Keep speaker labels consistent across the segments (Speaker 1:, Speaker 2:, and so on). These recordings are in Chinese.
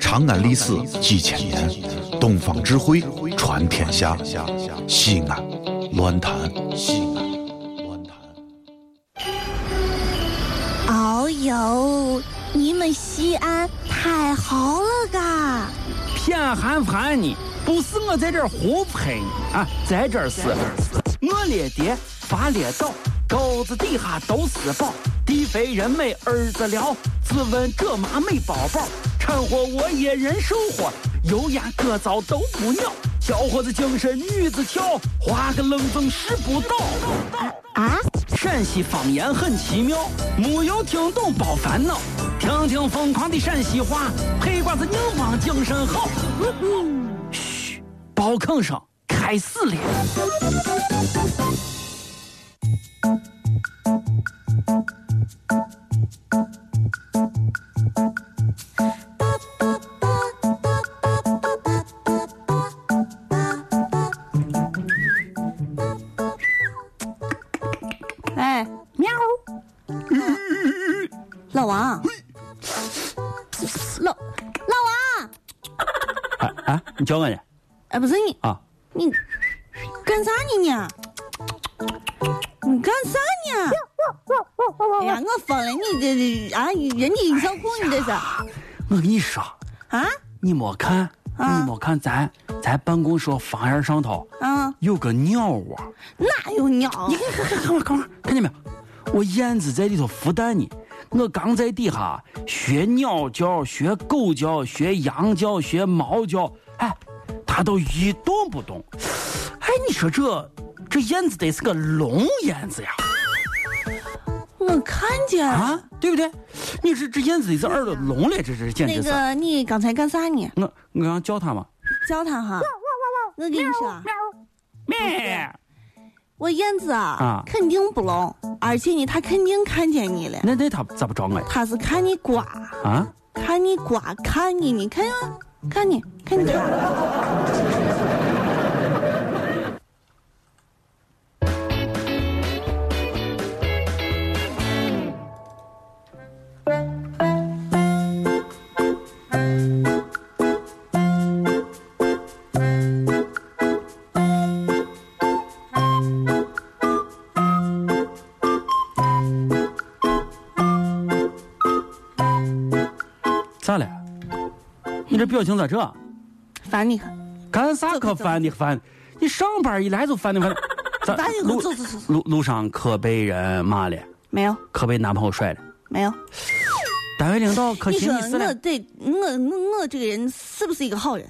Speaker 1: 长安历史几千年，东方智慧传天下。西安，乱谈西安，乱谈。
Speaker 2: 哦呦，你们西安太好了嘎！
Speaker 3: 偏寒寒你，不是我在这儿胡喷你啊，在这儿是，我列爹发列倒，沟子底下都是宝，地肥人美儿子了，自问这妈没宝宝，掺和我也人生活，油盐各糟都不尿，小伙子精神女子俏，花个愣风使不倒。
Speaker 2: 啊，
Speaker 3: 陕西方言很奇妙，没有听懂别烦恼，听听疯狂的陕西话，黑瓜子硬邦精神好。嘘，包吭声开始了。
Speaker 2: 哎，喵！嗯老王，老老王，
Speaker 3: 哎，你叫我呢？
Speaker 2: 哎，不是你，
Speaker 3: 啊，
Speaker 2: 你干啥呢你？你干啥呢？哎呀，我疯了！你这这啊，人家一条裤，你这是啊？
Speaker 3: 我跟你说，你没看，
Speaker 2: 啊
Speaker 3: 你没看咱咱办公室房檐上头
Speaker 2: 啊，
Speaker 3: 有个鸟窝。
Speaker 2: 哪有鸟？
Speaker 3: 你看看看看我看我，看见没有？我燕子在里头孵蛋呢。我刚在底下学鸟叫，学狗叫，学羊叫，学猫叫，哎，它都一动不动。哎，你说这这燕子得是个聋燕子呀，
Speaker 2: 我看见了
Speaker 3: 啊，对不对？你说这燕子得是耳朵聋了，这这简
Speaker 2: 那
Speaker 3: 直是。
Speaker 2: 个，你刚才干啥呢？
Speaker 3: 我我刚叫它嘛，
Speaker 2: 教他哈。我跟你说啊，
Speaker 3: 咩，
Speaker 2: 我燕子啊
Speaker 3: 啊，
Speaker 2: 肯定不聋，而且呢，他肯定看见你了。
Speaker 3: 那那它咋不找我呀？
Speaker 2: 他是看你瓜，
Speaker 3: 啊，
Speaker 2: 看你瓜，看你，你看呀，啊看你，看你瓜。
Speaker 3: 咋了？你这表情咋这？
Speaker 2: 烦你，
Speaker 3: 干啥可烦的烦？你上班一来就烦 的烦。咱
Speaker 2: 烦你，
Speaker 3: 路
Speaker 2: 走走走走。
Speaker 3: 路路上可被人骂了，
Speaker 2: 没有，
Speaker 3: 可被男朋友甩了，
Speaker 2: 没有。
Speaker 3: 单位领导可
Speaker 2: 你
Speaker 3: 寻
Speaker 2: 说
Speaker 3: 你死
Speaker 2: 我
Speaker 3: 了。
Speaker 2: 对我我我这个人是不是一个好人？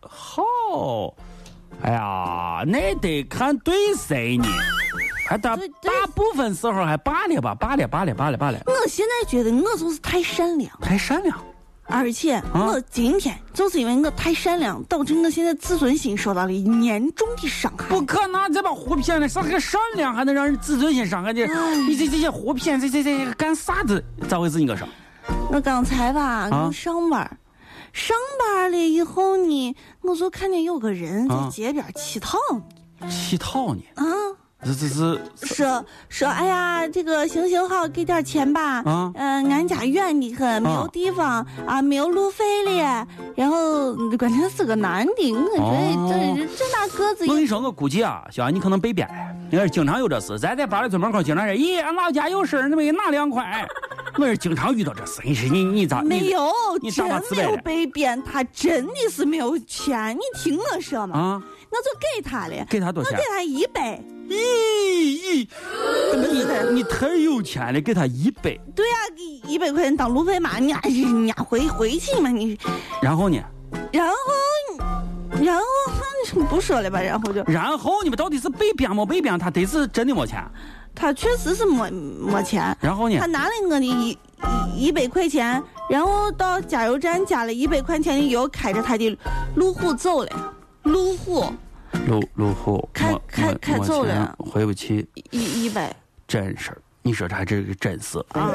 Speaker 3: 好，哎呀，那得看对谁 呢？还大
Speaker 2: 对对
Speaker 3: 大部分时候还罢了吧，罢了罢了罢了罢了，
Speaker 2: 我现在觉得我就是太善良，
Speaker 3: 太善良。
Speaker 2: 而且
Speaker 3: 啊
Speaker 2: 我今天就是因为我太善良，导致我现在自尊心受到了严重的伤害。
Speaker 3: 不可能，这把胡骗了，啥个善良还能让人自尊心伤害的？你这这些胡骗，这这这干啥子？咋回事？你跟我说，
Speaker 2: 我刚才吧，
Speaker 3: 啊
Speaker 2: 我上班儿，上班儿了以后呢，我就看见有个人在
Speaker 3: 啊
Speaker 2: 街边儿乞讨
Speaker 3: 乞讨呢？
Speaker 2: 啊，
Speaker 3: 这这这
Speaker 2: 说说，哎呀，这个行行好，给点儿钱吧，
Speaker 3: 啊
Speaker 2: 嗯、俺家远的很，没有地方啊，没有路费了，然后嗯关键是个男的，我
Speaker 3: 哦
Speaker 2: 觉得这这那个子
Speaker 3: 我跟
Speaker 2: 也
Speaker 3: 你说，我估计啊，小安你可能被编了。你看，经常有这事，咱在八里村门口经常是，咦，俺老家有事儿，你们给拿两块。我是经常遇到这事，你说你你咋
Speaker 2: 没有，
Speaker 3: 你
Speaker 2: 真
Speaker 3: 上哪自
Speaker 2: 没
Speaker 3: 卑
Speaker 2: 有
Speaker 3: 了
Speaker 2: 被编，他真的是没有钱，你听我说嘛，
Speaker 3: 啊？
Speaker 2: 我就给他了，
Speaker 3: 给他多
Speaker 2: 我
Speaker 3: 少
Speaker 2: 给
Speaker 3: 钱？
Speaker 2: 他一百。
Speaker 3: 咦咦，怎么你你太有钱了，给他一百，
Speaker 2: 对呀、给一百块钱当路费嘛，你哎你呀回回去嘛你，
Speaker 3: 然后呢？
Speaker 2: 然后然后不说了吧，然后就
Speaker 3: 然后你们到底是被编没被编？他得是真的没钱。
Speaker 2: 他确实是没没钱，
Speaker 3: 然后呢
Speaker 2: 他？拿了我的一一一百块钱，然后到加油站加了一百块钱的油，开着他的路虎走了，路虎
Speaker 3: 路路虎
Speaker 2: 开
Speaker 3: 没
Speaker 2: 开
Speaker 3: 没
Speaker 2: 开
Speaker 3: 没
Speaker 2: 走
Speaker 3: 钱
Speaker 2: 了
Speaker 3: 回不去，
Speaker 2: 一一百
Speaker 3: 真事儿。你说他这个真是。
Speaker 2: 啊，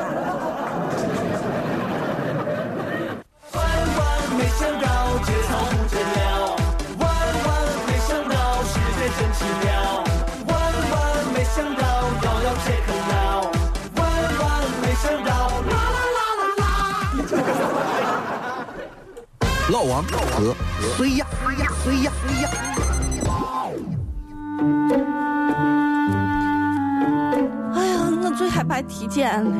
Speaker 4: 没想到节操不见了，万万没想到世界真奇妙，万万没想到遥遥且可老，万万没想到啦啦啦啦啦。
Speaker 5: 老王和谁呀谁呀谁呀谁呀。
Speaker 2: 哎呀，我最害怕体检了，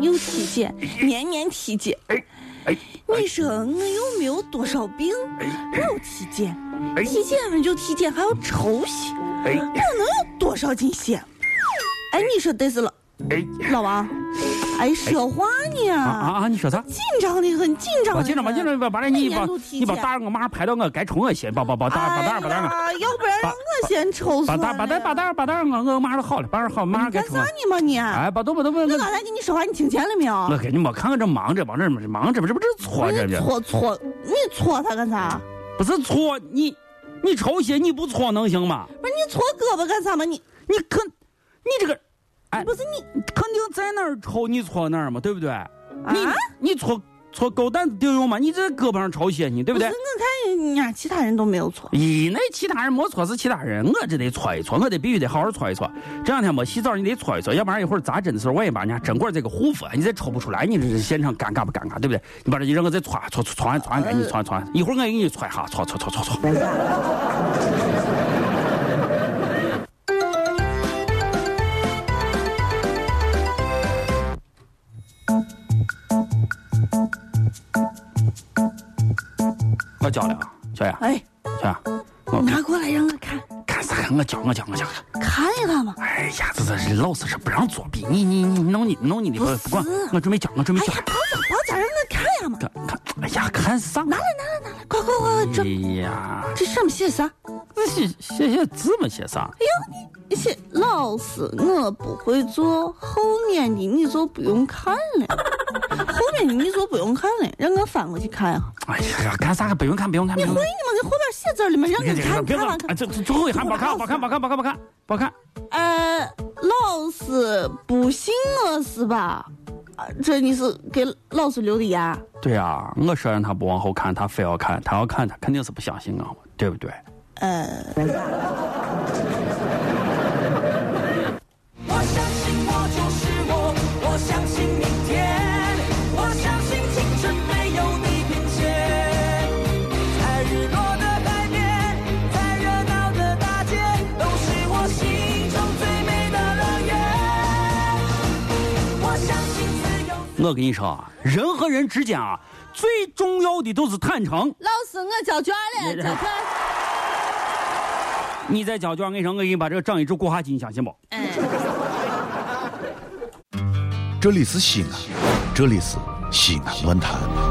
Speaker 2: 又体检，年年体检。
Speaker 3: 哎
Speaker 2: 你说我又没有多少病，
Speaker 3: 哎
Speaker 2: 老体检，体检了就体检，还要抽血，
Speaker 3: 哎
Speaker 2: 我能有多少斤血？哎，你说对是了，老王，哎，说话
Speaker 3: 啊
Speaker 2: 呢，
Speaker 3: 啊啊！你说啥？
Speaker 2: 紧张的很，紧张
Speaker 3: 我
Speaker 2: 的。
Speaker 3: 进来吧，进来吧，把那你把你把大我马上拍到我该冲我先，把把把大把大把大
Speaker 2: 哎呀，要不然让我先抽
Speaker 3: 我，把
Speaker 2: 算
Speaker 3: 大把大把
Speaker 2: 了。
Speaker 3: 大把大我我马上好了，马上好，马上
Speaker 2: 你
Speaker 3: 该
Speaker 2: 干
Speaker 3: 冲
Speaker 2: 啥
Speaker 3: 我。
Speaker 2: 呢嘛你？
Speaker 3: 哎，把东把东把
Speaker 2: 我
Speaker 3: 我
Speaker 2: 刚才跟你说话，你听见了没有
Speaker 3: 我？给你没看我这忙着，往这忙着，这不这错这
Speaker 2: 你搓
Speaker 3: 不
Speaker 2: 搓，你搓它干啥？
Speaker 3: 不是错你，你抽血你不搓能行吗？
Speaker 2: 不是你搓胳膊干啥嘛？你
Speaker 3: 你看，你这个哎
Speaker 2: 不是你
Speaker 3: 肯定在哪儿抽，你搓哪儿嘛，对不对？
Speaker 2: 啊？
Speaker 3: 你你搓搓狗蛋子顶用嘛，你这胳膊上抽血呢，对不
Speaker 2: 不是，
Speaker 3: 对
Speaker 2: 我？看人家其他人都没有错。
Speaker 3: 咦，那其他人没搓是其他人，我这得搓一搓，我得必须得好好搓一搓。这两天没洗澡，你得搓一搓，要不然一会儿扎针的时候，万一把人家针管这个护肤，你再抽不出来，你这现场尴尬不尴尬，对不对？你把这一扔，我再搓搓搓搓完搓完，赶紧搓完搓完，一会儿我给你搓一下，搓搓搓搓搓。我教了啊，小雅，
Speaker 2: 哎，
Speaker 3: 小雅，我
Speaker 2: 拿过来让我看
Speaker 3: 干啥？我教我教我教我教。
Speaker 2: 看一看嘛。
Speaker 3: 哎呀，这这这老师是不让作弊，你你你弄你弄你的
Speaker 2: 不
Speaker 3: 不
Speaker 2: 是
Speaker 3: 不管，我准备教，我准备
Speaker 2: 哎
Speaker 3: 教
Speaker 2: 呀，。包家包家让我看呀嘛！
Speaker 3: 看看，哎呀，看上了。
Speaker 2: 快快快，
Speaker 3: 哎
Speaker 2: 这
Speaker 3: 呀，
Speaker 2: 这上面写啥？
Speaker 3: 这写写写字嘛写啥？
Speaker 2: 写老师我不会做，后面的你就不用看 了。后面的你就不用看了，让我翻过去看呀。
Speaker 3: 哎呀，干啥？不用看，不用看，不
Speaker 2: 你
Speaker 3: 用
Speaker 2: 会你
Speaker 3: 看。
Speaker 2: 们那后边写字儿里面让
Speaker 3: 别
Speaker 2: 我看
Speaker 3: 别
Speaker 2: 看
Speaker 3: 别
Speaker 2: 完
Speaker 3: 啊！
Speaker 2: 看。
Speaker 3: 这这最后一行，不看，不看，不看，不看，不看，不看。
Speaker 2: 呃，老师不信我是吧？啊，这你是给老师留的言。啊
Speaker 3: 对呀，我说让他不往后看，他非要看，他要看，他肯定是不相信我嘛，对不对？
Speaker 4: 我相信我就是我，我相信明天，我相信青春没有地平线。在日落的海边，在热闹的大街，都是我心中最美的乐园。我相信自由。
Speaker 3: 我跟你说啊，人和人之间啊，最重要的就是坦诚。
Speaker 2: 老师，我交卷了，
Speaker 3: 你
Speaker 2: 交卷。
Speaker 3: 你再交卷，我跟你说，我给你把这个长一只过哈金，你相信不？
Speaker 2: 哎
Speaker 1: 这里是西安，这里是西安论坛。